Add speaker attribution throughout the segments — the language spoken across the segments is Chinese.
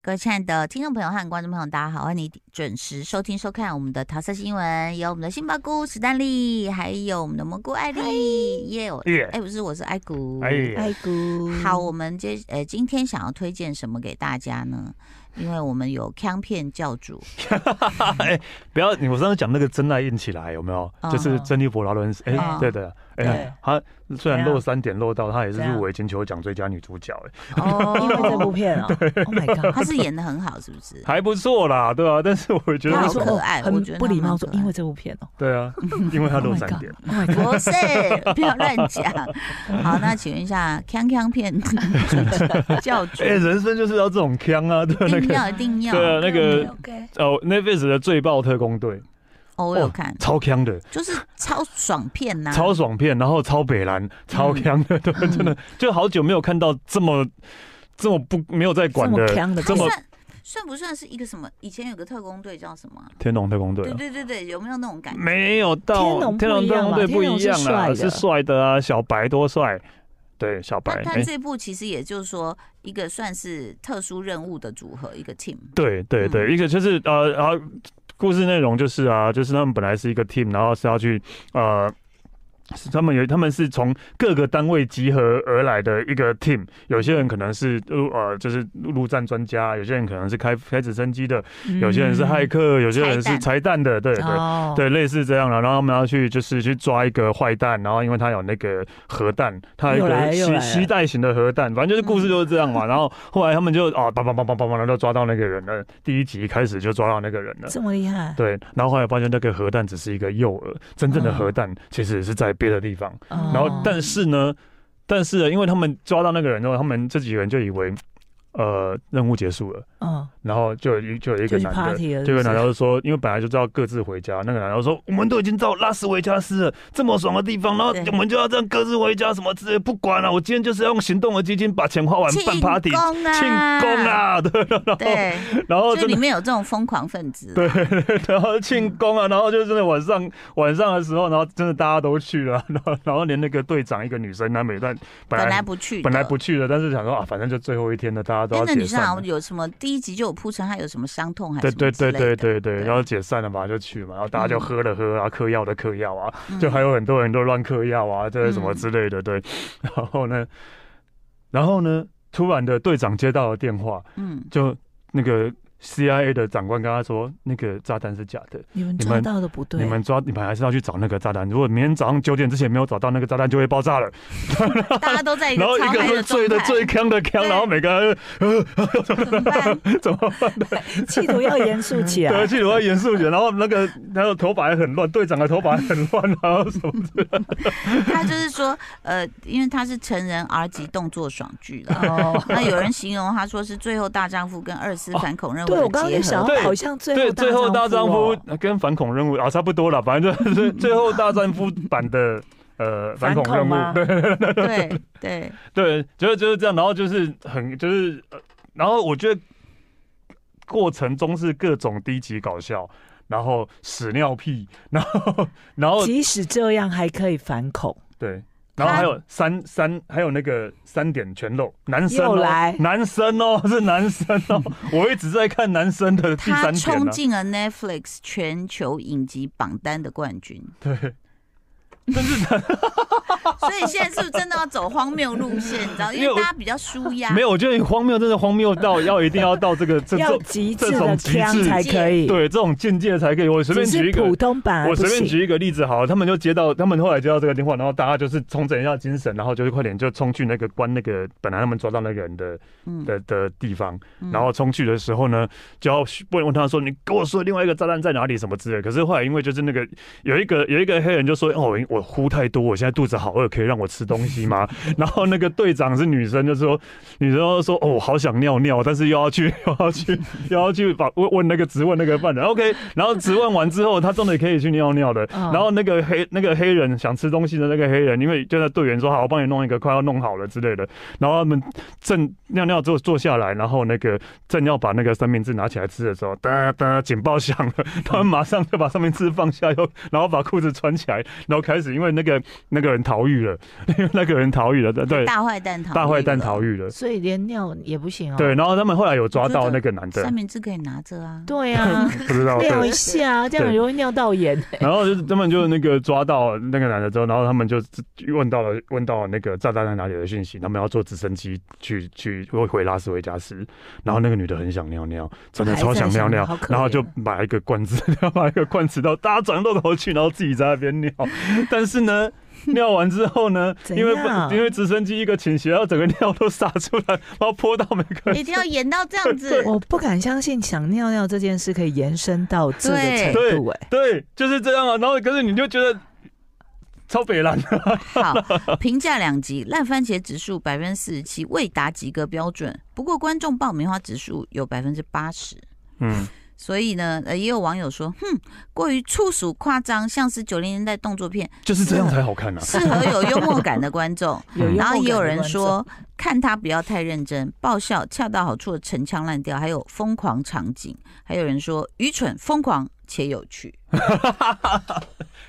Speaker 1: 各位亲爱的听众朋友和观众朋友，大家好，欢迎你准时收听收看我们的桃色新闻，有我们的杏鲍菇史丹利，还有我们的蘑菇艾丽，耶！我
Speaker 2: 耶
Speaker 1: 哎，不是，我是艾谷。
Speaker 2: 哎呀
Speaker 3: 爱姑，
Speaker 1: 好，我们接呃，今天想要推荐什么给大家呢？因为我们有康片教主，
Speaker 2: 不要，你我上次讲那个真爱硬起来有没有？
Speaker 1: 嗯
Speaker 2: 就是珍妮佛劳伦斯，哎、
Speaker 1: 嗯
Speaker 2: 对的，哎、
Speaker 3: 对
Speaker 2: 她虽然
Speaker 3: 怎
Speaker 2: 漏
Speaker 3: 样
Speaker 2: 三点漏到，她也是
Speaker 3: 怎样
Speaker 2: 入围金球奖最佳女主角、哎，
Speaker 1: 哦
Speaker 3: 因为这部片啊，Oh my god，
Speaker 1: 他是演的很好，是不是？
Speaker 2: 还不错啦，对啊，但 是我觉
Speaker 1: 她好
Speaker 2: 得
Speaker 3: 你
Speaker 2: 为什
Speaker 3: 说
Speaker 2: 么
Speaker 1: 可
Speaker 3: 哦
Speaker 1: 爱我觉得
Speaker 3: 很不礼
Speaker 1: 她蛮
Speaker 3: 貌，说
Speaker 1: 可爱
Speaker 3: 因为这部片哦
Speaker 2: 对啊，因为她漏
Speaker 3: Oh my
Speaker 2: 三
Speaker 3: god
Speaker 2: 点，
Speaker 3: ，Oh my god，
Speaker 1: 不 是，不要乱讲。好，那请问一下，康康片 教主
Speaker 2: 哎、人生就是要这种腔啊，对
Speaker 1: 一定
Speaker 2: 那个
Speaker 1: 要一定要，
Speaker 2: 对啊那个
Speaker 3: OK，
Speaker 2: 哦 n e t f l i 的《最爆特工队》
Speaker 1: 哦，我有看，
Speaker 2: 超腔的，
Speaker 1: 就是超爽片呐，
Speaker 2: 超爽片，然后超北蓝，超腔
Speaker 1: 嗯
Speaker 2: 的， 对，啊真的就好久没有看到这么这么不没有在
Speaker 3: 这
Speaker 2: 管
Speaker 3: 么
Speaker 2: 的
Speaker 3: 强的
Speaker 2: 这么
Speaker 1: 算算不算是一个什么？以前有个特工队叫什么啊？
Speaker 2: 天龙特工队、啊
Speaker 1: 对。对对对，有没有那种感觉？
Speaker 2: 没有到
Speaker 3: 天龙不一
Speaker 2: 特
Speaker 3: 样
Speaker 2: 工
Speaker 3: 嘛
Speaker 2: 队不一样啦，
Speaker 3: 天龙
Speaker 2: 是
Speaker 3: 是帅的
Speaker 2: 帅的啊，小白多帅，对，小白
Speaker 1: 但，
Speaker 2: 哎
Speaker 1: 但这部其实也就是说一个算是特殊任务的组合，一个 team。
Speaker 2: 对对对，一个就是呃，然后故事内容就是啊，就是他们本来是一个 team，然后是要去呃。是他们有，他们是从各个单位集合而来的一个 team，有些人可能是陆呃，就是陆战专家，有些人可能是开开直升机的，有些人是骇客，有些人是拆弹的，对对
Speaker 3: 嗯哦，
Speaker 2: 对，类似这样了。然后他们要去就是去抓一个坏蛋，然后因为他有那个核弹，他有一
Speaker 3: 又来
Speaker 2: 个
Speaker 3: 了嗯又
Speaker 2: 携
Speaker 3: 来
Speaker 2: 携
Speaker 3: 了
Speaker 2: 带型的核弹，反正就是故事就是这样嘛。然后后来他们就啊，叭叭叭叭叭叭，然后就抓到那个人了。第一集开始就抓到那个人了。
Speaker 3: 这么厉害，
Speaker 2: 对，然后后来发现那个核弹只是一个诱饵，真正的核
Speaker 3: 嗯
Speaker 2: 弹其实是在别的地方。
Speaker 3: 哦
Speaker 2: 然后但是呢，但是呢因为他们抓到那个人之后，他们这几个人就以为呃任务结束了，
Speaker 3: 嗯，
Speaker 2: 然后就有一就有一个
Speaker 3: 就去
Speaker 2: 男的
Speaker 3: party 了，
Speaker 2: 这个
Speaker 3: 是不
Speaker 2: 男
Speaker 3: 是
Speaker 2: 的就说，因为本来就知道各自回家，那个男的说，我们都已经到拉斯维加斯了，这么爽的地方，然后
Speaker 1: 对
Speaker 2: 我们就要这样各自回家什么之类，不管了、我今天就是要用行动的基金把钱花完，办 party，庆
Speaker 1: 功啊！
Speaker 2: 功！啊， 对，
Speaker 1: 对，
Speaker 2: 然后
Speaker 1: 所以
Speaker 2: 真
Speaker 1: 里
Speaker 2: 的。
Speaker 1: 面有这种疯狂分子。
Speaker 2: 对，然后庆功啊，然后就真的晚上晚上的时候，然后真的大家都去了，然后然后连那个队长一个女生，她每段
Speaker 1: 本
Speaker 2: 本
Speaker 1: 来
Speaker 2: 来
Speaker 1: 不去的，
Speaker 2: 本来不去的，但是想说啊，反正就最后一天了，大家都
Speaker 1: 哎
Speaker 2: 要
Speaker 1: 那
Speaker 2: 解
Speaker 1: 女生好
Speaker 2: 散
Speaker 1: 像
Speaker 2: 了。
Speaker 1: 有什么第一集就有铺陈，她有什么伤痛还是
Speaker 2: 对
Speaker 1: 什么之
Speaker 2: 对对
Speaker 1: 类的
Speaker 2: 对对对，
Speaker 1: 对
Speaker 2: 然后解散了嘛就去嘛，然后大家就
Speaker 1: 嗯
Speaker 2: 喝了喝啊，嗑药的嗑药啊，
Speaker 1: 嗯
Speaker 2: 就还有很多人都乱嗑药啊，这些什么
Speaker 1: 嗯
Speaker 2: 之类的，对。 然后呢，然后呢，突然的队长接到了电话，
Speaker 1: 嗯，
Speaker 2: 就那个 CIA 的长官跟他说，那个炸弹是假的，
Speaker 3: 你们
Speaker 2: 你
Speaker 3: 抓
Speaker 2: 们
Speaker 3: 到的不对，
Speaker 2: 你们抓你们还是要去找那个炸弹，如果明天早上九点之前没有找到那个炸弹，就会爆炸了。
Speaker 1: 嗯大家都在一个
Speaker 2: 然后一
Speaker 1: 超
Speaker 2: 个
Speaker 1: 嗨
Speaker 2: 是
Speaker 1: 的
Speaker 2: 醉
Speaker 1: 状
Speaker 2: 的
Speaker 1: 态啊
Speaker 2: 醉，康的康，
Speaker 1: 对
Speaker 2: 然后每个人
Speaker 1: 怎么办？
Speaker 2: 怎么
Speaker 3: 企图要严肃起
Speaker 1: 啊
Speaker 3: 来
Speaker 2: 对，，记得我要严肃一点，然后那个还有头发也很乱，队长的头发也很乱，然后什么
Speaker 1: 他就是说，呃，因为他是成人 R 级动作爽剧 了。
Speaker 3: 哦，
Speaker 1: 那有人形容他说是最后大丈夫跟二次反恐任务
Speaker 3: 对我刚
Speaker 1: 的
Speaker 3: 刚也
Speaker 1: 结
Speaker 3: 想
Speaker 1: 合，
Speaker 3: 到，
Speaker 2: 哦对
Speaker 3: 好像最
Speaker 2: 对，
Speaker 3: 后
Speaker 2: 最后大丈
Speaker 3: 夫
Speaker 2: 夫
Speaker 3: 哦，
Speaker 2: 跟反恐任务啊差不多了，反正就是最后大丈夫版 的呃反恐任
Speaker 3: 反恐吗
Speaker 2: 务，对
Speaker 1: 对对，
Speaker 2: 对，就是就是这样，然后就是很就是，呃然后我觉得过程中是各种低级搞笑。然后屎尿屁，然后然后
Speaker 3: 即使这样还可以反恐，
Speaker 2: 对，然后
Speaker 1: 他
Speaker 2: 还有三三，还有那个三点全露，男生、
Speaker 3: 又
Speaker 2: 哦、
Speaker 3: 来
Speaker 2: 男生哦，是男生 哦，我一直在看男生的第
Speaker 1: 他
Speaker 2: 三点啊
Speaker 1: 冲
Speaker 2: 呢、
Speaker 1: 进了 Netflix 全球影集榜单的冠军，
Speaker 2: 对，
Speaker 1: 所以现在是不是真的要走荒谬路线？你知道，因
Speaker 2: 因为
Speaker 1: 为
Speaker 2: 我
Speaker 1: 大家比较舒压，
Speaker 2: 没有，我觉得你荒谬，真的荒谬 到要一定要到这个这
Speaker 3: 要
Speaker 2: 种
Speaker 3: 极
Speaker 2: 这
Speaker 3: 致的
Speaker 2: 种极
Speaker 3: 枪
Speaker 2: 致
Speaker 3: 才可以，
Speaker 2: 对这种境界才可以。我随
Speaker 3: 只
Speaker 2: 便举
Speaker 3: 是
Speaker 2: 一个，
Speaker 3: 普通版而
Speaker 2: 我
Speaker 3: 不
Speaker 2: 随便
Speaker 3: 行。
Speaker 2: 举一个例子好了，他们就接到，他们后来接到这个电话，然后大家就是重整一下精神，然后就是快点就冲去那个关那个本来他们抓到那个人的
Speaker 1: 嗯，
Speaker 2: 的的地方，
Speaker 1: 嗯
Speaker 2: 然后冲去的时候呢，就要去问问他说：“你跟我说另外一个炸弹在哪里？什么之类的。”可是后来因为就是那个有一个有一个黑人就说：“哦，我我呼太多，我现在肚子好饿，可以让我吃东西吗？”然后那个队长是女生，就说女生就说：“哦，我好想尿尿，但是又要去 又要去又要去把问问那个质问那个犯人。”OK，然后质问完之后，他真的可以去尿尿的。
Speaker 3: 嗯
Speaker 2: 然后那个黑那个黑人想吃东西的那个黑人，因为就在队员说：“好，我帮你弄一个，快要弄好了之类的。”然后他们正尿尿之后坐下来，然后那个正要把那个三明治拿起来吃的时候，哒哒警报响了， 他们 马上就把三明治放下，又然后把裤子穿起来，然后开始因为那个那个人逃狱了，了， 因为那个人逃狱了，对，
Speaker 1: 大坏蛋逃，
Speaker 2: 大坏蛋逃，狱了，
Speaker 3: 所以连尿也不行哦。
Speaker 2: 对，然后他们后来有抓到那个男的
Speaker 1: 三，明治可以拿着啊，
Speaker 3: 对啊，
Speaker 2: 不知哦道，对
Speaker 3: 尿一下啊，这样很容易尿道炎。
Speaker 2: 然后就是他们就那个抓到那个男的之后，然后他们就问到了问到了那个炸弹在哪里的讯息，他们要坐直升机去去会回拉斯维加斯，然后那个女的很想尿尿，真的超想尿尿
Speaker 3: 还在想好可，怜哦
Speaker 2: 然后就买一个罐子， 买一个罐子到大家转过头去，然后自己在那边尿，但是呢。尿完之后呢，
Speaker 3: 怎
Speaker 2: 因为不
Speaker 3: 样
Speaker 2: 因为直升机一个倾斜，然后整个尿都洒出来，然后泼到每个人
Speaker 1: 一定要演到这样子，
Speaker 3: 我不敢相信想尿尿这件事可以延伸到这个程度哎、
Speaker 2: 对，就是这样啊。然后可是你就觉得超北蓝的，
Speaker 1: 好， 评价两极，烂番茄指数百分之四十七，未达及格标准。不过观众爆米花指数有百分之八十，
Speaker 2: 嗯，
Speaker 1: 所以呢，呃，也有网友说，哼，过于粗俗夸张，像是九零年代动作 片，
Speaker 2: 就是这样才好看啊。
Speaker 1: 适合有幽默感的观众。
Speaker 2: 有幽默感的
Speaker 1: 然后也有人说，看他不要太认真，爆笑恰到好处的陈腔滥调，还有疯狂场景，还有人说愚蠢、疯狂且有趣。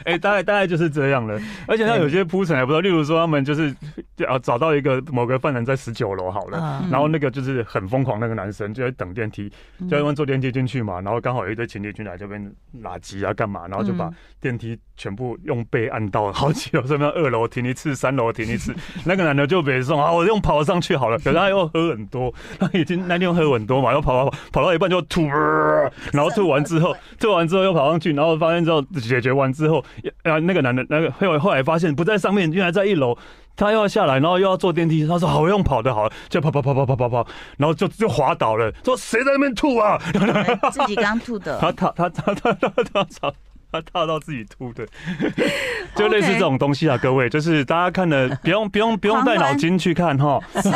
Speaker 2: 哎、大概大概就是这样了。而且他有些铺陈还不错，例如说他们就是啊找到一个某个犯人在十九楼好了。
Speaker 3: 啊，
Speaker 1: 嗯
Speaker 2: 然后那个就是很疯狂，那个男生就在等电梯，就在那边坐电梯进去嘛。然后刚好有一堆情侣进来这边拉鸡啊，干嘛？然后就把
Speaker 1: 嗯
Speaker 2: 电梯全部用背按到好几楼，这边二楼停一次，三楼停一次。那个男的就别送啊，我用跑上去好了。可是他又喝很多，他已经那天喝很多嘛，又跑跑跑跑到一半就吐，然后吐完之后，做完之后又跑上去，然后发现之后解决完之后，啊，那个男的，那个后来后来发现不在上面，原来在一楼，他又要下来，然后又要坐电梯，他说好用跑的好了，就跑跑跑跑跑跑跑，然后就就滑倒了，说谁在那边吐啊？
Speaker 1: 哎自己刚吐的，
Speaker 2: 他踏他他他他他他他踏到自己 吐的，就类似这种东西啊，各位，就是大家看的不用不用不用带脑筋去看哈，
Speaker 1: 是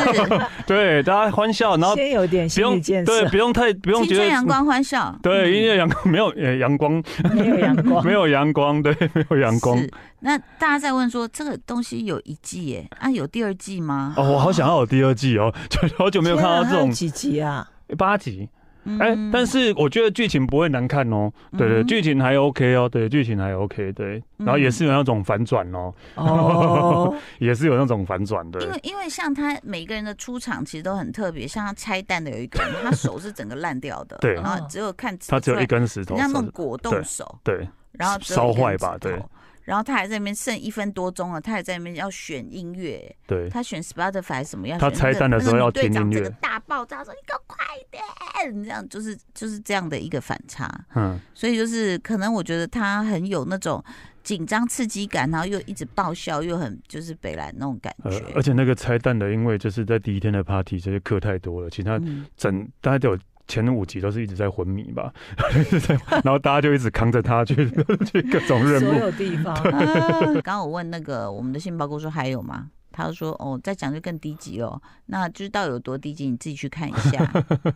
Speaker 2: 对，大家欢笑，然后
Speaker 3: 先有点
Speaker 2: 不
Speaker 3: 心理
Speaker 2: 用
Speaker 3: 建
Speaker 2: 对
Speaker 3: 设，
Speaker 2: 不用太 不用
Speaker 1: 青
Speaker 2: 觉
Speaker 1: 春阳
Speaker 2: 得。
Speaker 1: 光嗯欢笑。
Speaker 2: 对，因为阳光没有呃阳光，
Speaker 3: 没有阳光，
Speaker 2: 没有阳光，对，没有阳光。
Speaker 1: 是，那大家在问说这个东西有一季耶，啊有第二季吗？
Speaker 2: 哦，我好想要有第二季哦，就好 久没有看到这
Speaker 3: 天啊还有
Speaker 2: 种
Speaker 3: 几集啊？
Speaker 2: 八集。
Speaker 1: 嗯
Speaker 2: 哎、但是我觉得剧情不会难看哦，对对，
Speaker 1: 嗯
Speaker 2: 剧情还 OK 哦，对，剧情还 OK，对，然后也是有那种反转哦，
Speaker 3: 哦，
Speaker 2: 也是有那种反转的，
Speaker 1: 因为因为像他每个人的出场其实都很特别，像他拆弹的有一个人，他手是整个烂掉的，
Speaker 2: 对
Speaker 1: 然后只有看
Speaker 2: 它只有一根石头
Speaker 1: 人，家
Speaker 2: 是吧
Speaker 1: 弄果冻手，
Speaker 2: 对，
Speaker 1: 然后只有
Speaker 2: 烧
Speaker 1: 一根
Speaker 2: 坏吧
Speaker 1: 指头
Speaker 2: 对。
Speaker 1: 然后他还在那边剩一分多钟了，他还在那边要选音乐，
Speaker 2: 对，
Speaker 1: 他选 Spotify 还是什么要选
Speaker 2: 他
Speaker 1: 那个
Speaker 2: 拆弹的时候要
Speaker 1: 那个女队
Speaker 2: 听
Speaker 1: 长
Speaker 2: 音乐
Speaker 1: 整个大爆炸说你给我快点，这样就是就是这样的一个反差。
Speaker 2: 嗯，
Speaker 1: 所以就是可能我觉得他很有那种紧张刺激感，然后又一直爆笑，又很就是北兰那种感
Speaker 2: 呃
Speaker 1: 觉。，
Speaker 2: 而且那个拆弹的，因为就是在第一天的 party，这些课太多了，其他
Speaker 1: 嗯
Speaker 2: 整大家都有。前五集都是一直在昏迷吧， 一直在然后大家就一直扛着他去去各种任
Speaker 3: 所
Speaker 2: 务，
Speaker 3: 有地方
Speaker 1: 啊刚刚我问那个我们的杏鲍菇说还有吗？他就说哦，再讲就更低级了。那知道有多低级，你自己去看一下，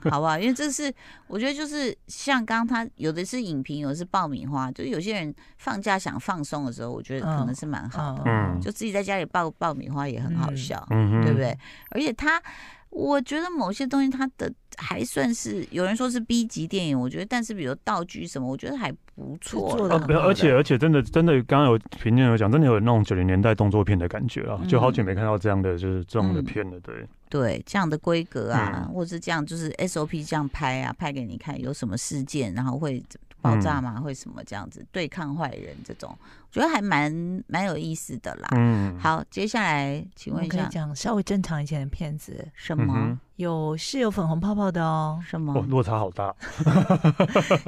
Speaker 1: 好不好？因为这是我觉得就是像刚刚他有的是影评，有的是爆米花，就是有些人放假想放松的时候，我觉得可能是蛮好的，
Speaker 2: 嗯
Speaker 1: 就自己在家里爆爆米花也很好笑。
Speaker 2: 嗯哼，
Speaker 1: 对不对？而且它，我觉得某些东西它的还算是有人说是 B 级电影，我觉得，但是比如道具什么，我觉得还不错
Speaker 3: 做
Speaker 1: 啦。
Speaker 3: 得
Speaker 2: 呃，
Speaker 3: 很
Speaker 2: 不要
Speaker 3: 好
Speaker 2: 而且而且真的真的，刚刚有评论有讲，真的有那种九零年代动作片的感觉啊，就好久没看到这样的就是这样的
Speaker 1: 嗯
Speaker 2: 片了，对，
Speaker 1: 对这样的规格啊，
Speaker 2: 嗯
Speaker 1: 或是这样就是 SOP 这样拍啊，拍给你看有什么事件，然后会
Speaker 2: 嗯
Speaker 1: 爆炸吗？会什么这样子对抗坏人这种，我觉得还蛮蛮有意思的啦。
Speaker 2: 嗯，
Speaker 1: 好，接下来请
Speaker 3: 我
Speaker 1: 问一
Speaker 3: 可以
Speaker 1: 下
Speaker 3: 讲稍微正常一点的片子，
Speaker 1: 什
Speaker 2: 嗯
Speaker 1: 么
Speaker 2: 哼，
Speaker 3: 有是有粉红泡泡的哦，
Speaker 1: 什
Speaker 2: 哦，
Speaker 1: 么？
Speaker 2: 落差好大，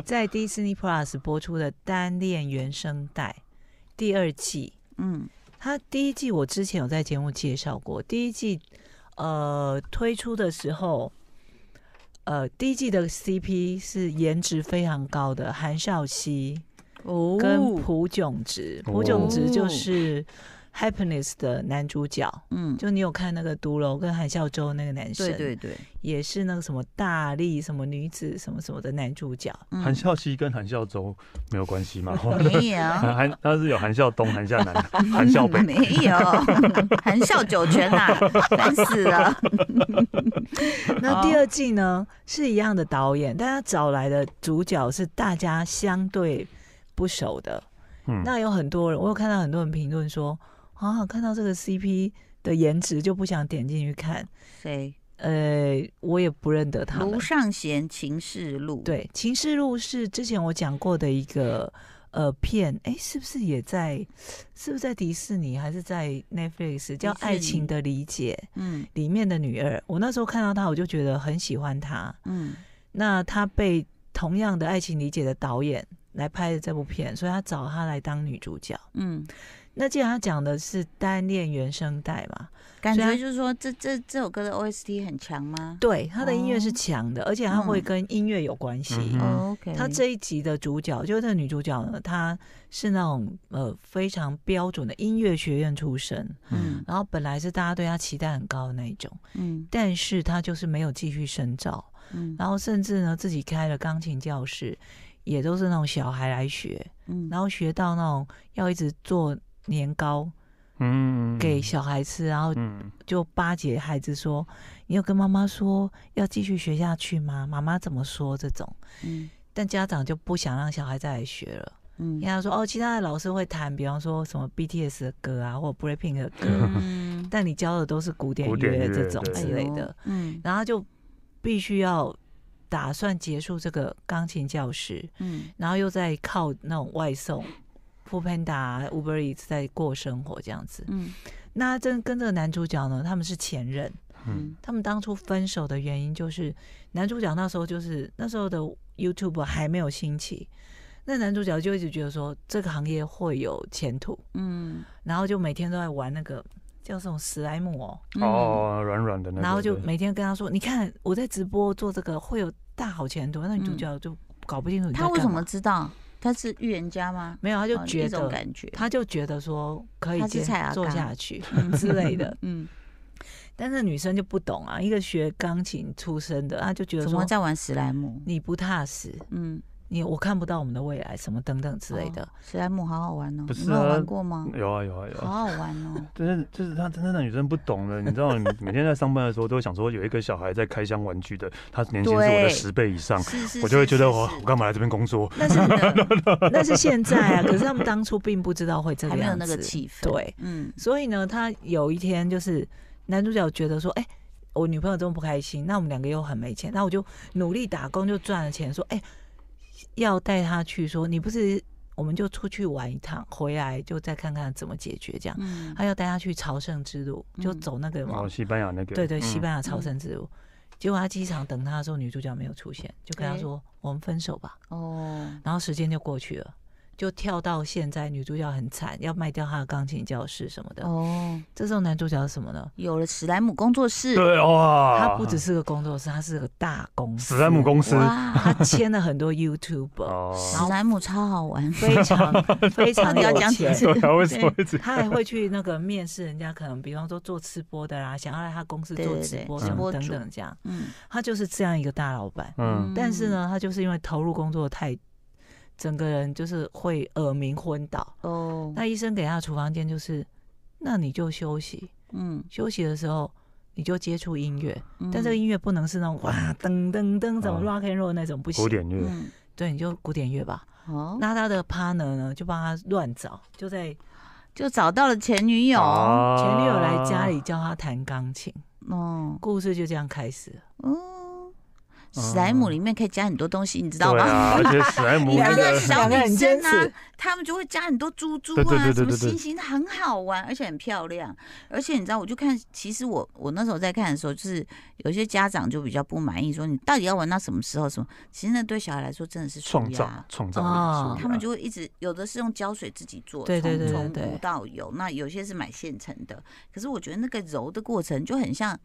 Speaker 3: 在 Disney Plus 播出的《单恋原声带》第二季。
Speaker 1: 嗯
Speaker 3: 它第一季我之前有在节目介绍过，第一季呃推出的时候，呃第一季的 CP 是颜值非常高的韩少熙
Speaker 1: 哦
Speaker 3: 跟朴炯植，朴炯植
Speaker 1: 哦
Speaker 3: 就是。Happiness 的男主角，
Speaker 1: 嗯，
Speaker 3: 就你有看那个独楼跟韩孝周那个男生，
Speaker 1: 对对对，
Speaker 3: 也是那个什么大力什么女子什么什么的男 主角，
Speaker 1: 嗯
Speaker 2: 韩孝熙跟韩孝周没有 关系吗？
Speaker 1: 没有。，
Speaker 3: 啊
Speaker 2: 韩韩他是有韩孝东、韩孝 南、
Speaker 3: 嗯
Speaker 2: 韩孝北
Speaker 1: 没有，含笑九泉呐、 烦死了。
Speaker 3: 那第二季呢是一样的导演，但他找来的主角是大家相对不熟的。
Speaker 2: 嗯，
Speaker 3: 那有很多人，我有看到很多人评论说，啊，看到这个 CP 的颜值就不想点进去看。
Speaker 1: 谁？
Speaker 3: 呃，我也不认得他们
Speaker 1: 卢。尚贤《情事录》，
Speaker 3: 对，《情事录》是之前我讲过的一个呃片，哎，是不是也在？是不是在迪士尼还是在 Netflix 叫《
Speaker 1: 迪士尼
Speaker 3: 爱情的理解
Speaker 1: 嗯》
Speaker 3: 里面的女二？我那时候看到她，我就觉得很喜欢她。
Speaker 1: 嗯，
Speaker 3: 那她被同样的《爱情理解》的导演来拍的这部片，所以她找她来当女主角。
Speaker 1: 嗯，
Speaker 3: 那既然她讲的是单恋原声带嘛，
Speaker 1: 感
Speaker 3: 虽
Speaker 1: 觉
Speaker 3: 然
Speaker 1: 就是说，这这这首歌的 OST 很强吗？
Speaker 3: 对，他的音乐
Speaker 1: 哦
Speaker 3: 是强的，而且他会
Speaker 1: 嗯
Speaker 3: 跟音乐有关系。
Speaker 2: 嗯哼
Speaker 1: 哦 OK，
Speaker 3: 他这一集的主角就是那个女主角呢，她是那种呃非常标准的音乐学院出身，
Speaker 1: 嗯
Speaker 3: 然后本来是大家对她期待很高的那一种，
Speaker 1: 嗯
Speaker 3: 但是她就是没有继续深造，
Speaker 1: 嗯，
Speaker 3: 然后甚至呢自己开了钢琴教室，也都是那种小孩来学，
Speaker 1: 嗯
Speaker 3: 然后学到那种要一直做年糕
Speaker 2: 嗯，
Speaker 3: 给小孩吃，然后
Speaker 2: 嗯
Speaker 3: 就巴结孩子说：“你有跟妈妈说要继续学下去吗？妈妈怎么说？”这种，
Speaker 1: 嗯
Speaker 3: 但家长就不想让小孩再来学了，
Speaker 1: 嗯
Speaker 3: 因为他说：“哦，其他的老师会弹，比方说什么 BTS 的歌啊，或者 BLACKPINK 的歌，
Speaker 1: 嗯，
Speaker 3: 但你教的都是古典
Speaker 2: 古典
Speaker 3: 乐
Speaker 2: 乐
Speaker 3: 这种
Speaker 2: 对
Speaker 3: 之类
Speaker 1: 哎
Speaker 3: 的。
Speaker 1: 呦，嗯
Speaker 3: 然后他就必须要打算结束这个钢琴教室，
Speaker 1: 嗯
Speaker 3: 然后又在靠那种外送。富 panda、Uber Eats 在过生活这样子，
Speaker 1: 嗯
Speaker 3: 那真跟这个男主角呢，他们是前任，
Speaker 2: 嗯
Speaker 1: 嗯
Speaker 3: 他们当初分手的原因就是男主角那时候就是那时候的 YouTube 还没有兴起，那男主角就一直觉得说这个行业会有前途，
Speaker 1: 嗯
Speaker 3: 然后就每天都在玩那个叫什么史莱姆哦，
Speaker 1: 嗯，
Speaker 2: 哦，软软的那个，
Speaker 3: 然后就
Speaker 2: 对
Speaker 3: 每天跟他说，你看我在直播做这个会有大好前途，那女主角就搞不清楚你在
Speaker 1: 他为
Speaker 3: 干
Speaker 1: 什
Speaker 3: 嘛
Speaker 1: 么知道？他是预言家吗？
Speaker 3: 没有，他
Speaker 1: 哦
Speaker 3: 就觉
Speaker 1: 一种
Speaker 3: 得。
Speaker 1: 感觉，
Speaker 3: 他就觉得说可以
Speaker 1: 他是
Speaker 3: 接
Speaker 1: 蔡阿
Speaker 3: 做
Speaker 1: 嘎
Speaker 3: 下去
Speaker 1: 嗯
Speaker 3: 之 类的，
Speaker 1: 嗯，
Speaker 3: 但是女生就不懂啊，一个学钢琴出身的，她就觉得
Speaker 1: 怎
Speaker 3: 说
Speaker 1: 么在玩史莱姆？
Speaker 3: 你不踏实，
Speaker 1: 嗯
Speaker 3: 你我看不到我们的未来，什么等等之类的。
Speaker 1: 哦史莱姆好好玩哦，
Speaker 2: 不
Speaker 1: 你
Speaker 2: 是
Speaker 1: 没有
Speaker 2: 啊
Speaker 1: 玩过吗？
Speaker 2: 有啊有啊有啊
Speaker 1: 好，好玩哦，
Speaker 2: 就是就是他真的那女生不懂的，你知 道，你每天在上班的时候都想说有一个小孩在开箱玩具的，他年薪是我的
Speaker 1: 对
Speaker 2: 十倍以上，
Speaker 1: 是是，
Speaker 2: 我就会觉得
Speaker 1: 我
Speaker 2: 我 我干嘛来这边工作？
Speaker 3: 那是
Speaker 1: 还
Speaker 3: 那是现在啊，可是他们当初并不知道会这个
Speaker 1: 哦没有
Speaker 3: 样
Speaker 1: 那个
Speaker 3: 子。
Speaker 1: 气氛，，
Speaker 3: 对，
Speaker 1: 嗯
Speaker 3: 所以呢，他有一天就是男主角觉得说，哎、我女朋友这么不开心，那我们两个又很没钱，那我就努力打工就赚了钱，说，哎、要带她去说，你不是我们就出去玩一趟，回来就再看看怎么解决这样。
Speaker 1: 嗯，
Speaker 3: 他要带她去朝圣之路，就
Speaker 1: 嗯
Speaker 3: 走那个
Speaker 2: 然
Speaker 3: 嘛
Speaker 2: 后，哦西班牙那个，
Speaker 3: 对对，
Speaker 2: 嗯
Speaker 3: 西班牙朝圣之路。结果他机场等他的时候，女主角没有出现，就跟他
Speaker 1: 诶
Speaker 3: 说：“我们分手吧。
Speaker 1: 哦”，
Speaker 3: 然后时间就过去了，就跳到现在，女主角很惨，要卖掉她的钢琴教室什么的。
Speaker 1: 哦，
Speaker 3: 这时候男主角是什么呢？
Speaker 1: 有了史莱姆工作室，
Speaker 2: 对哇，
Speaker 3: 他不只是个工作室，他是个大公司，
Speaker 2: 史莱姆公司
Speaker 1: 哇，
Speaker 3: 他签了很多 YouTuber，
Speaker 2: 哦，
Speaker 1: 史莱姆超好玩，
Speaker 3: 非常非
Speaker 1: 到
Speaker 3: 常
Speaker 1: 底要
Speaker 3: 有
Speaker 1: 讲几
Speaker 3: 钱。
Speaker 1: 次？
Speaker 2: 对啊，为什么一直
Speaker 3: 他还会去那个面试人家，可能比方说做吃播的啦，想要来他公司
Speaker 1: 对
Speaker 3: 做
Speaker 1: 对
Speaker 3: 直
Speaker 1: 对
Speaker 3: 播
Speaker 1: 直
Speaker 3: 什么
Speaker 1: 播
Speaker 3: 等
Speaker 1: 主
Speaker 3: 等这样。
Speaker 1: 嗯，
Speaker 3: 他就是这样一个大老板。
Speaker 2: 嗯
Speaker 3: 但是呢，他就是因为投入工作太，整个人就是会耳鸣昏倒。
Speaker 1: 嗯， 哦，
Speaker 3: 那医生给他的处方间就是，那你就休息，
Speaker 1: 嗯，
Speaker 3: 休息的时候你就接触音乐，
Speaker 1: 嗯
Speaker 3: 但这个音乐不能是那种哇噔噔噔怎么
Speaker 2: 哦
Speaker 3: rock and roll 那种不行
Speaker 2: 古，典乐？
Speaker 1: 嗯，
Speaker 3: 对，你就古典乐吧。
Speaker 1: 哦，
Speaker 3: 那他的 partner 呢，就帮他乱找，就在
Speaker 1: 就找到了前女友，
Speaker 2: 啊
Speaker 3: 前女友来家里教他弹钢琴，
Speaker 1: 哦，
Speaker 3: 故事就这样开始了。
Speaker 1: 哦，史莱姆里面可以加很多东西，你知道
Speaker 2: 对
Speaker 1: 吗？
Speaker 2: 啊，而且史莱姆
Speaker 1: 你知道
Speaker 2: 那
Speaker 1: 那
Speaker 2: 个
Speaker 1: 小
Speaker 3: 两个
Speaker 1: 女
Speaker 3: 很
Speaker 1: 生
Speaker 3: 坚
Speaker 1: 啊
Speaker 3: 持，
Speaker 1: 他们就会加很多珠珠
Speaker 2: 对对
Speaker 1: 啊，
Speaker 2: 对对
Speaker 1: 什么
Speaker 2: 对对
Speaker 1: 星星，很好玩，而且很漂亮。而且你知道，我就看，其实我我那时候在看的时候，就是有些家长就比较不满意，说你到底要玩到什么时候？什么？其实那对小孩来说真的是舒
Speaker 2: 创造
Speaker 1: 压。嗯
Speaker 2: 创造
Speaker 3: 哦
Speaker 2: 力，，
Speaker 1: 他们就会一直有的是用胶水自己做，
Speaker 3: 对对
Speaker 1: 从
Speaker 3: 对
Speaker 1: 从
Speaker 3: 对对
Speaker 1: 无到有。那有些是买现成的，可是我觉得那个揉的过程就很像，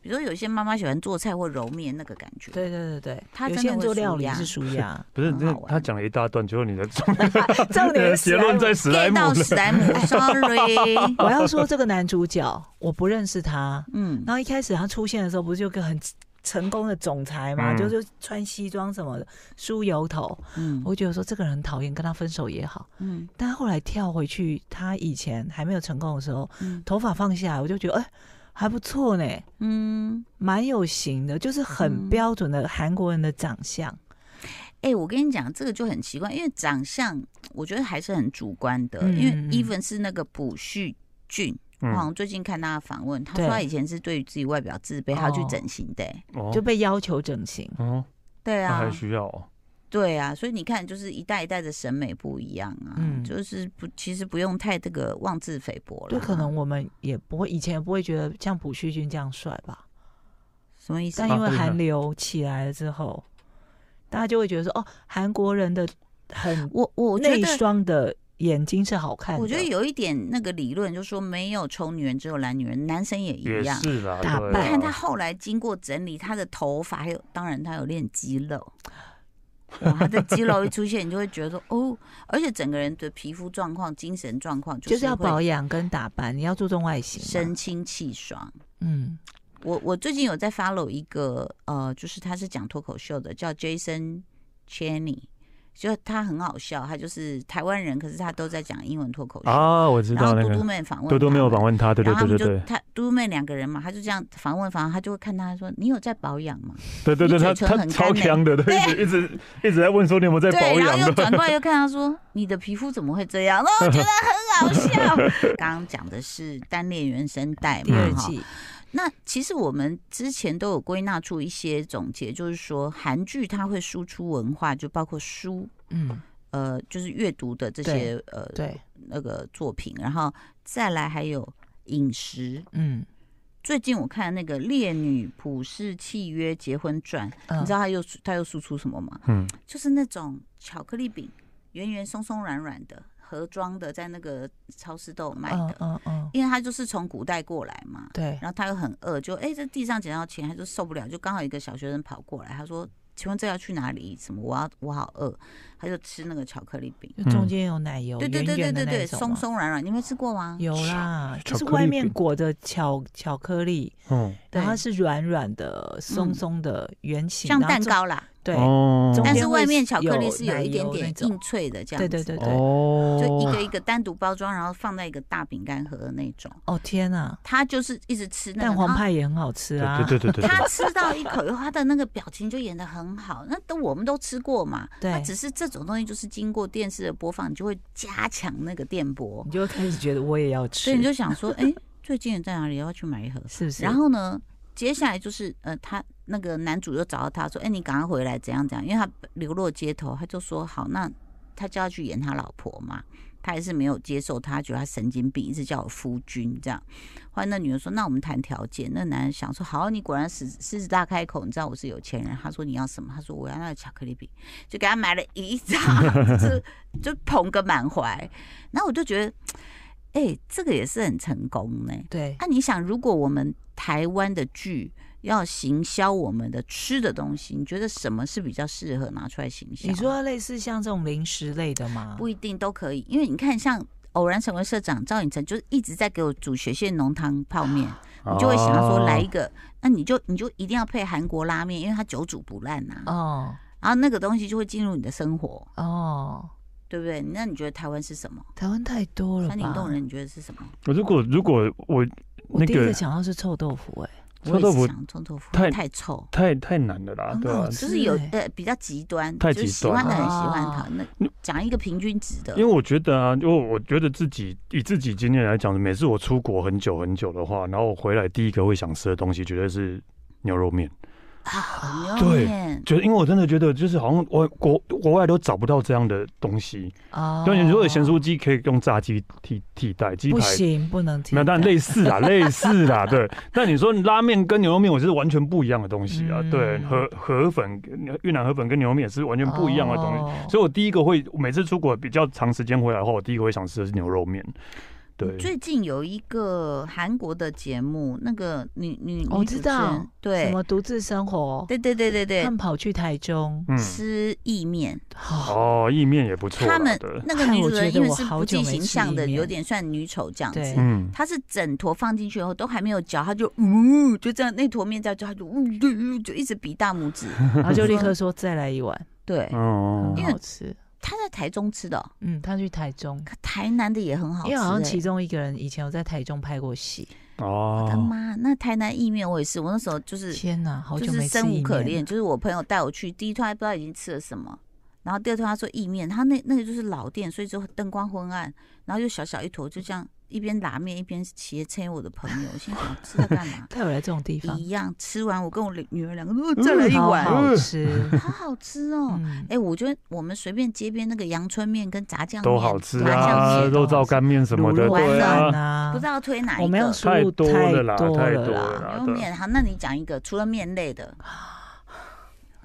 Speaker 1: 比如说有些妈妈喜欢做菜或揉面那个感觉。
Speaker 3: 对对对对，
Speaker 1: 他
Speaker 3: 有
Speaker 1: 真
Speaker 3: 些
Speaker 1: 的
Speaker 3: 人
Speaker 1: 会
Speaker 3: 做
Speaker 1: 舒
Speaker 3: 料理
Speaker 1: 压
Speaker 3: 是舒压
Speaker 2: 不是
Speaker 1: 很好
Speaker 2: 那
Speaker 1: 玩
Speaker 2: 他讲了一大段，结 果你的
Speaker 3: 重点是
Speaker 2: 结
Speaker 3: 啊
Speaker 2: 论在史
Speaker 1: get
Speaker 2: 莱姆
Speaker 1: 到
Speaker 2: 呢，
Speaker 1: 史莱姆 ，sorry，
Speaker 3: 我要说这个男主角，我不认识他。
Speaker 1: 嗯，
Speaker 3: 然后一开始他出现的时候，不是有个很成功的总裁嘛，
Speaker 2: 嗯
Speaker 3: 就是穿西装什么的，梳油头。
Speaker 1: 嗯
Speaker 3: 我觉得说这个人很讨厌，跟他分手也好。
Speaker 1: 嗯
Speaker 3: 但他后来跳回去，他以前还没有成功的时候，
Speaker 1: 嗯
Speaker 3: 头发放下来，我就觉得哎、还不错呢，
Speaker 1: 嗯，
Speaker 3: 蛮有型的，就是很
Speaker 1: 嗯
Speaker 3: 标准的韩国人的长相。
Speaker 1: 哎、我跟你讲，这个就很奇怪，因为长相我觉得还是很主观的，
Speaker 3: 嗯
Speaker 1: 因为
Speaker 3: 嗯嗯
Speaker 1: even 是那个朴叙俊，我好
Speaker 2: 嗯，
Speaker 1: 像最近看他的访问，他
Speaker 3: 对
Speaker 1: 说他以前是对于自己外表自卑，他去
Speaker 3: 哦
Speaker 1: 整形的、欸
Speaker 2: 哦
Speaker 3: 就被要求整形。
Speaker 2: 哦，
Speaker 1: 对
Speaker 2: 那还
Speaker 1: 啊，
Speaker 2: 需要哦
Speaker 1: 对啊，所以你看，就是一代一代的审美不一样啊，
Speaker 3: 嗯
Speaker 1: 就是不，其实不用太这个妄自菲薄了。
Speaker 3: 就可能我们也不会，以前也不会觉得像朴叙俊这样帅吧？
Speaker 1: 什么意思
Speaker 3: 但？因为
Speaker 2: 对啊
Speaker 3: 韩流起来了之后，大家就会觉得说，哦，韩国人的很
Speaker 1: 我我觉
Speaker 3: 内
Speaker 1: 得，
Speaker 3: 双的眼睛是好看的。
Speaker 1: 我觉得有一点那个理论，就说没有丑女人，只有懒女人，男生也
Speaker 2: 也
Speaker 1: 一样。
Speaker 2: 是啦，
Speaker 3: 打
Speaker 2: 对
Speaker 3: 扮
Speaker 2: 啊
Speaker 1: 看他后来经过整理，他的头发还有，当然他有练肌肉，哇，他的肌肉一出现，你就会觉得说哦，而且整个人的皮肤状况、精神状况
Speaker 3: 就是是要
Speaker 1: 会
Speaker 3: 保养跟打扮，你要注重外形嘛。
Speaker 1: 神清气爽。
Speaker 3: 嗯，
Speaker 1: 我我最近有在 follow 一个呃，就是他是讲脱口秀的，叫 Jason Cheney，就他很好笑，他就是台湾人，可是他都在讲英文脱口秀。
Speaker 2: 啊，我知
Speaker 1: 然后
Speaker 2: 道那
Speaker 1: 嘟嘟
Speaker 2: 个
Speaker 1: 妹访问
Speaker 2: 多多没有访
Speaker 1: 问，
Speaker 2: 问他，对对
Speaker 1: 然后他
Speaker 2: 对
Speaker 1: 们
Speaker 2: 对
Speaker 1: 就
Speaker 2: 对
Speaker 1: 他嘟嘟妹两个人嘛，他就这样访问，访问他就会看他说你有在保养吗？
Speaker 2: 对对对，
Speaker 1: 你
Speaker 2: 他
Speaker 1: 嘴唇
Speaker 2: 他
Speaker 1: 很
Speaker 2: 超
Speaker 1: 干欸
Speaker 2: 强的，对，一直一直一直在问说你有没有在保
Speaker 1: 对，然后
Speaker 2: 养
Speaker 1: 又
Speaker 2: 的，
Speaker 1: 转过来又看他说你的皮肤怎么会这样？然哦后我觉得很好 笑。刚刚讲的是单恋原声带
Speaker 3: 第
Speaker 2: 嗯
Speaker 1: 嘛，
Speaker 3: 二
Speaker 1: 哈
Speaker 3: 季
Speaker 1: 那其实我们之前都有归纳出一些总结，就是说韩剧它会输出文化，就包括书，
Speaker 3: 嗯，
Speaker 1: 呃，就是阅读的这些呃
Speaker 3: 对，
Speaker 1: 那个作品，然后再来还有饮食。
Speaker 3: 嗯，
Speaker 1: 最近我看那个《烈女普世契约结婚传》，你
Speaker 3: 嗯
Speaker 1: 知道它又它又输出什么吗？
Speaker 2: 嗯，
Speaker 1: 就是那种巧克力饼，圆圆松松软软的，盒装的，在那个超市都有卖
Speaker 3: 嗯
Speaker 1: 的，
Speaker 3: 嗯嗯，
Speaker 1: 因为它就是从古代过来嘛。
Speaker 3: 对，
Speaker 1: 然后他又很饿，就哎、这地上捡到钱，他就受不了，就刚好一个小学生跑过来，他说：“请问这要去哪里？什么？我要我好饿。”他就吃那个巧克力饼，
Speaker 2: 嗯
Speaker 3: 就中间有奶油，
Speaker 1: 对对对对
Speaker 3: 圆圆
Speaker 1: 对
Speaker 3: 的
Speaker 1: 对，
Speaker 3: 那种
Speaker 1: 松
Speaker 3: 嘛。
Speaker 1: 松软软，你们吃过吗？
Speaker 3: 有啦，
Speaker 2: 巧
Speaker 3: 就是
Speaker 2: 克力
Speaker 3: 外面
Speaker 2: 饼
Speaker 3: 裹着巧巧克力，
Speaker 2: 嗯，
Speaker 1: 对
Speaker 3: 然后是软软的、松
Speaker 1: 嗯
Speaker 3: 松的、圆形，
Speaker 1: 像
Speaker 3: 然后
Speaker 1: 蛋
Speaker 3: 中，
Speaker 1: 糕啦，
Speaker 3: 对，
Speaker 2: 哦
Speaker 3: 中
Speaker 1: 但
Speaker 3: 间
Speaker 1: 是外面巧克力
Speaker 3: 有
Speaker 1: 是有
Speaker 3: 奶
Speaker 1: 一点
Speaker 3: 油
Speaker 1: 点
Speaker 3: 那种
Speaker 1: 硬脆的这样
Speaker 3: 对
Speaker 1: 子，
Speaker 3: 对对对。
Speaker 2: 哦，
Speaker 1: 就一个一个单独包装，然后放在一个大饼干盒的那种。
Speaker 3: 哦天啊，
Speaker 1: 他就是一直吃那啊个
Speaker 3: 蛋黄
Speaker 1: 然后
Speaker 3: 派也很好吃啊。
Speaker 2: 对对对对对
Speaker 1: 他
Speaker 2: 对，
Speaker 1: 吃到一口以后，他的那个表情就演得很好，那都我们都吃过嘛。
Speaker 3: 对
Speaker 1: 那只是这种东西就是经过电视的播放，你就会加强那个电波
Speaker 3: 你，就会开始觉得我也要吃，
Speaker 1: 所以你就想说，哎、最近在哪里？要不要去买一盒。
Speaker 3: 是不是？
Speaker 1: 然后呢，接下来就是呃，他那个男主又找到他说，哎、你赶快回来，怎样怎样，因为他流落街头，他就说好，那他就要去演他老婆嘛。他还是没有接受他，觉得他神经病，一直叫我夫君这样。后来那女人说：“那我们谈条件。”那男人想说：“好，你果然狮狮子大开口，你知道我是有钱人。”他说：“你要什么？”他说：“我要那个巧克力饼。”就给他买了一扎， 就是就捧个满怀。然后我就觉得，哎、这个也是很成功呢、
Speaker 3: 对
Speaker 1: 那、你想，如果我们台湾的剧要行销我们的吃的东西，你觉得什么是比较适合拿出来行销？
Speaker 3: 你说类似像这种零食类的吗？
Speaker 1: 不一定都可以，因为你看，像偶然成为社长赵寅成，就是一直在给我煮雪蟹浓汤泡面，
Speaker 3: 哦
Speaker 1: 你就会想要说
Speaker 2: 啊
Speaker 1: 来一个，那你就你就一定要配韩国拉面，因为它久煮不烂呐、
Speaker 3: 哦
Speaker 1: 然后那个东西就会进入你的生活，
Speaker 3: 哦，
Speaker 1: 对不对？那你觉得台湾是什么？
Speaker 3: 台湾太多了吧？
Speaker 1: 三林洞人你觉得是什么？
Speaker 2: 我如果如果我
Speaker 3: 我
Speaker 2: 那
Speaker 3: 第一个
Speaker 2: 个
Speaker 3: 想到是臭豆腐，哎，
Speaker 2: 臭豆
Speaker 1: 我也是
Speaker 2: 腐
Speaker 1: 想臭豆腐
Speaker 2: 太
Speaker 1: 太臭。
Speaker 2: 太太难了啦，
Speaker 3: 很
Speaker 2: 对啊吧
Speaker 3: 好？吃
Speaker 1: 就是有
Speaker 3: 欸
Speaker 1: 呃比较极端，
Speaker 2: 太
Speaker 1: 就是
Speaker 2: 极
Speaker 1: 喜
Speaker 2: 端
Speaker 1: 欢的人
Speaker 3: 了
Speaker 1: 喜欢
Speaker 3: 啊
Speaker 1: 他。那讲一个平均值的
Speaker 2: 因为，我觉得啊，因为我觉得自己以自己经验来讲，每次我出国很久很久的话，然后我回来第一个会想吃的东西，绝对是牛肉面。
Speaker 1: 啊牛肉
Speaker 2: 对
Speaker 1: 面
Speaker 2: 觉得，因为我真的觉得，就是好像我国国外都找不到这样的东西。
Speaker 3: 哦，
Speaker 2: 对，你如果咸酥鸡可以用炸鸡替替代，鸡
Speaker 3: 不
Speaker 2: 排
Speaker 3: 行，不能提
Speaker 2: 没
Speaker 3: 的，
Speaker 2: 有，但类似 啦，类似啦，对。但你说拉面跟牛肉面，我觉得是完全不一样的东西啊。
Speaker 3: 嗯
Speaker 2: 对，河河粉、越南河粉跟牛肉面也是完全不一样的东西。
Speaker 3: 哦
Speaker 2: 所以我第一个会，每次出国比较长时间回来的话，我第一个会想吃的是牛肉面。对，
Speaker 1: 最近有一个韩国的节目，那个女女
Speaker 3: 哦我
Speaker 1: 女主
Speaker 3: 知
Speaker 1: 持人
Speaker 3: 道，什
Speaker 1: 对
Speaker 3: 么独自生活，
Speaker 1: 对对对对
Speaker 3: 他
Speaker 1: 对，
Speaker 3: 们跑去台中，
Speaker 2: 嗯，
Speaker 1: 吃意面。
Speaker 3: 好，
Speaker 2: 哦，意面也不错啦。
Speaker 1: 他们
Speaker 2: 对，
Speaker 1: 那个
Speaker 3: 害
Speaker 1: 女主
Speaker 3: 我
Speaker 1: 人
Speaker 3: 觉
Speaker 1: 因
Speaker 3: 得
Speaker 1: 为
Speaker 3: 我
Speaker 1: 是
Speaker 3: 好
Speaker 1: 不
Speaker 3: 久
Speaker 1: 计
Speaker 3: 没
Speaker 1: 形
Speaker 3: 吃
Speaker 1: 象
Speaker 3: 意
Speaker 1: 的，有
Speaker 3: 面
Speaker 1: 点算女丑这样
Speaker 3: 对
Speaker 1: 子。
Speaker 2: 嗯，
Speaker 1: 她是整坨放进去以后都还没有嚼，她就嗯，就这样那坨面在嚼，她就嗯，就就一直比大拇指。
Speaker 3: 然后 就立刻说再来一碗，
Speaker 1: 对，
Speaker 2: 嗯，
Speaker 3: 很
Speaker 1: 因为
Speaker 3: 好吃。
Speaker 1: 她在台中吃的哦，
Speaker 3: 嗯，他去台中，
Speaker 1: 可台南的也很好吃
Speaker 3: 因
Speaker 1: 欸。
Speaker 3: 为好像其中一个人以前有在台中拍过戏。
Speaker 1: 我的
Speaker 2: 哦，
Speaker 1: 妈，那台南意面我也是，我那时候就是
Speaker 3: 天哪，好久
Speaker 1: 就
Speaker 3: 没
Speaker 1: 是
Speaker 3: 吃
Speaker 1: 生无
Speaker 3: 意
Speaker 1: 可
Speaker 3: 面
Speaker 1: 恋。
Speaker 3: 了？
Speaker 1: 就是我朋友带我去，第一顿还不知道已经吃了什么，然后第二顿他说意面，他那那个就是老店，所以就灯光昏暗，然后又小小一坨，就这样一边拉面一边斜切我的朋友，我心想吃在干嘛
Speaker 3: 带我来这种 地方，嗯
Speaker 1: 一样吃完，我跟我女儿两个都再来一碗，
Speaker 3: 好好吃。
Speaker 1: 好好吃哦。
Speaker 3: 嗯
Speaker 1: 哎、，我觉得我们随便街边那个阳春面跟炸酱面
Speaker 2: 都好吃
Speaker 1: 麻
Speaker 2: 啊，
Speaker 1: 酱蟹
Speaker 2: 肉燥干面什么的，
Speaker 3: 卤肉
Speaker 2: 对
Speaker 1: 丸
Speaker 2: 啊，
Speaker 3: 啊
Speaker 1: 不知道推哪一个。
Speaker 3: 我们要输
Speaker 2: 太
Speaker 3: 入
Speaker 2: 多了啦
Speaker 3: 多
Speaker 2: 太
Speaker 3: 了
Speaker 2: 多
Speaker 3: 啦
Speaker 2: 了啦
Speaker 1: 牛肉面好，那你讲一个，除了面类的，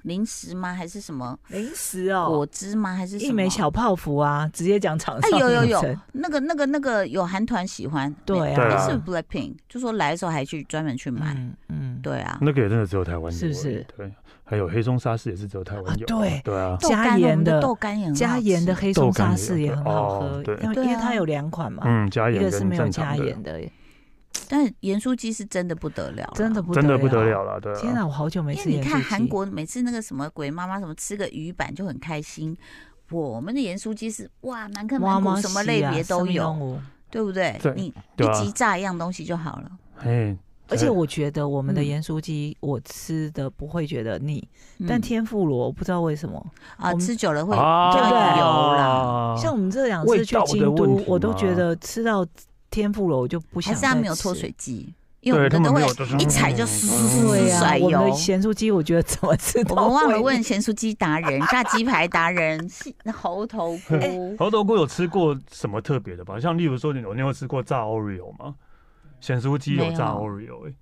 Speaker 1: 零食吗？还是什么
Speaker 3: 零食哦
Speaker 1: 果，汁吗？还是什么
Speaker 3: 一枚？小泡芙啊，直接讲厂
Speaker 1: 哎，
Speaker 3: 商
Speaker 1: 有有
Speaker 3: 名
Speaker 1: 有
Speaker 3: 称，
Speaker 1: 那个那个那个有韩团喜欢，
Speaker 3: 对
Speaker 2: 对
Speaker 1: 那
Speaker 2: 啊
Speaker 1: 是
Speaker 3: 啊，
Speaker 1: 不是 Blackpink，就说来的时候还去专门去买，
Speaker 3: 嗯嗯，
Speaker 1: 对啊。
Speaker 2: 那个也真的只有台湾有，欸
Speaker 3: 是不是？
Speaker 2: 对，还有黑松沙士也是只有台湾有，
Speaker 3: 啊对
Speaker 2: 对啊，
Speaker 1: 豆干
Speaker 3: 加
Speaker 1: 我
Speaker 3: 盐
Speaker 1: 们
Speaker 3: 的
Speaker 1: 豆干也很好
Speaker 3: 加盐的
Speaker 1: 吃
Speaker 3: 黑松
Speaker 2: 豆干
Speaker 3: 沙
Speaker 2: 也
Speaker 3: 士也
Speaker 2: 有
Speaker 3: 很好
Speaker 2: 哦
Speaker 3: 喝，
Speaker 2: 对
Speaker 3: 因为
Speaker 1: 对
Speaker 3: 因为它
Speaker 1: 啊
Speaker 3: 有两款嘛，
Speaker 2: 嗯，加
Speaker 3: 一
Speaker 2: 盐
Speaker 3: 个是
Speaker 2: 跟
Speaker 3: 没有
Speaker 2: 正常
Speaker 3: 加
Speaker 2: 的，
Speaker 3: 盐的，
Speaker 1: 但是盐酥鸡是真的不得了，啊
Speaker 3: 真的。不
Speaker 2: 真的不得。了了，对
Speaker 3: 天
Speaker 2: 啊，
Speaker 3: 哪，我好久没
Speaker 1: 因为
Speaker 3: 吃
Speaker 1: 你
Speaker 3: 盐酥鸡。
Speaker 1: 看韩国每次那个什么鬼妈妈什么吃个鱼板就很开心，我们的盐酥鸡是哇难看
Speaker 3: 哇
Speaker 1: 满谷
Speaker 3: 妈
Speaker 1: 什么
Speaker 3: 西
Speaker 1: 类
Speaker 3: 啊
Speaker 1: 别
Speaker 3: 什
Speaker 1: 都
Speaker 3: 么
Speaker 1: 有
Speaker 3: 拢，有。
Speaker 1: 对不对
Speaker 2: 对？
Speaker 1: 你
Speaker 2: 对
Speaker 1: 一
Speaker 2: 啊
Speaker 1: 集炸一样东西就好了。
Speaker 2: 哎，
Speaker 3: 而且我觉得我们的
Speaker 1: 嗯
Speaker 3: 盐酥鸡，我吃的不会觉得腻，
Speaker 1: 嗯
Speaker 3: 但天妇罗我不知道为什么，
Speaker 1: 啊
Speaker 3: 我们
Speaker 1: 吃久了会
Speaker 2: 啊
Speaker 1: 就
Speaker 3: 对
Speaker 1: 会
Speaker 3: 不对
Speaker 1: 油啦，
Speaker 3: 像我们这两
Speaker 2: 味
Speaker 3: 次去
Speaker 2: 道的
Speaker 3: 京
Speaker 2: 问
Speaker 3: 都
Speaker 2: 题，
Speaker 3: 我都觉
Speaker 2: 吗
Speaker 3: 得吃到天妇罗我就不想
Speaker 1: 还是
Speaker 3: 再
Speaker 1: 它
Speaker 3: 吃。
Speaker 1: 没有脱水机，因为我
Speaker 2: 对
Speaker 1: 们
Speaker 2: 他
Speaker 1: 都
Speaker 2: 们
Speaker 1: 会
Speaker 2: 没有就是
Speaker 1: 一踩就
Speaker 2: 嗯
Speaker 1: 嗖
Speaker 2: 嗯
Speaker 1: 嗖
Speaker 3: 对
Speaker 1: 嗖
Speaker 3: 呀、
Speaker 1: 甩
Speaker 3: 我们的
Speaker 1: 油。
Speaker 3: 咸酥鸡我觉得怎么吃
Speaker 1: 我
Speaker 3: 都
Speaker 1: 们忘了
Speaker 3: 会
Speaker 1: 问咸酥鸡达人、炸鸡排达人、是猴头
Speaker 3: 哎
Speaker 1: 菇。
Speaker 2: 猴头菇有吃过什么特别的吧？像例如说，你有你有吃过炸 Oreo 吗？咸酥鸡有炸
Speaker 1: 没
Speaker 2: Oreo，、欸、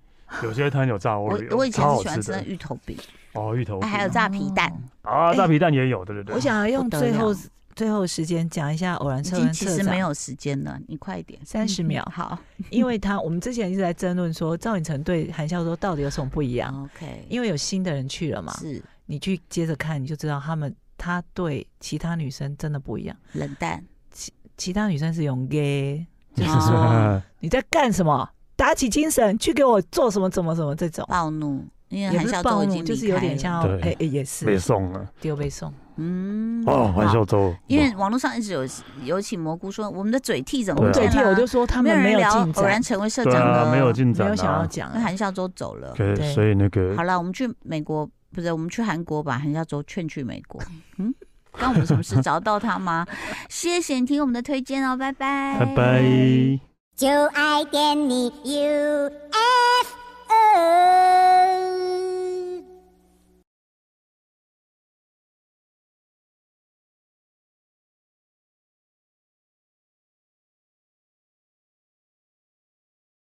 Speaker 2: 有些摊有炸
Speaker 1: 我
Speaker 2: Oreo，
Speaker 1: 我以前是
Speaker 2: 超好
Speaker 1: 喜欢吃那
Speaker 2: 的
Speaker 1: 芋头饼，
Speaker 2: 哦，芋头
Speaker 1: 哎还有
Speaker 2: 饼
Speaker 1: 炸皮蛋，
Speaker 2: 啊，
Speaker 3: 哎
Speaker 2: 炸皮蛋也有，对对对。
Speaker 3: 我想要用
Speaker 1: 不得
Speaker 3: 最后
Speaker 1: 了
Speaker 3: 最后时间讲一下偶然
Speaker 1: 已
Speaker 3: 车
Speaker 1: 经
Speaker 3: 人
Speaker 1: 其
Speaker 3: 社
Speaker 1: 实
Speaker 3: 长
Speaker 1: 没，有时间了，你快一点，嗯
Speaker 3: 30秒
Speaker 1: 好
Speaker 3: 因为他我们之前一直在争论说赵寅成对韩孝周到底有什么不一样，
Speaker 1: ，OK，
Speaker 3: 因为有新的人去了嘛，
Speaker 1: 嗯是
Speaker 3: 你去接着看你就知道他们他对其他女生真的不一样，
Speaker 1: 冷淡，
Speaker 3: 其他女生是用 gay，就是
Speaker 1: 哦
Speaker 3: 说 你在干什么，打起精神去给我做什么怎么怎么这种。
Speaker 1: 暴怒，因为
Speaker 3: 也
Speaker 1: 韩
Speaker 3: 不
Speaker 1: 孝
Speaker 3: 是
Speaker 1: 周
Speaker 3: 暴
Speaker 1: 已
Speaker 3: 怒，
Speaker 1: 经
Speaker 3: 就是
Speaker 1: 离
Speaker 3: 有
Speaker 1: 开
Speaker 3: 点
Speaker 1: 了，
Speaker 3: 像，
Speaker 2: 对
Speaker 3: 哎、哎 也
Speaker 2: 被
Speaker 3: 是
Speaker 2: 送了
Speaker 3: 丢被送，
Speaker 1: 嗯，
Speaker 2: 哦，
Speaker 1: 好
Speaker 2: 玩笑周，
Speaker 1: 因为网络上一直有有请蘑菇说我们的嘴替怎
Speaker 3: 我
Speaker 1: 么
Speaker 3: 们
Speaker 2: 对啊
Speaker 3: 嘴
Speaker 1: 见
Speaker 3: 替
Speaker 1: 啦
Speaker 3: 我就说他
Speaker 1: 没
Speaker 3: 们
Speaker 1: 有人
Speaker 3: 没有
Speaker 1: 聊
Speaker 3: 进
Speaker 1: 偶然
Speaker 3: 展，
Speaker 1: 成为社
Speaker 2: 对
Speaker 1: 长
Speaker 2: 啊，
Speaker 1: 了，
Speaker 2: 没有进
Speaker 3: 没
Speaker 2: 展
Speaker 3: 有想要
Speaker 2: 啊。
Speaker 3: 讲
Speaker 1: 那，韩孝周走了。
Speaker 2: 对，
Speaker 3: 对
Speaker 2: 所以那个
Speaker 1: 好了，我们去美国，不是我们去韩国把韩孝周劝去美 国。嗯，关我们什么事？找到他吗？谢谢你听我们的推荐哦，拜拜，
Speaker 2: 拜拜。
Speaker 4: 就爱点你 U。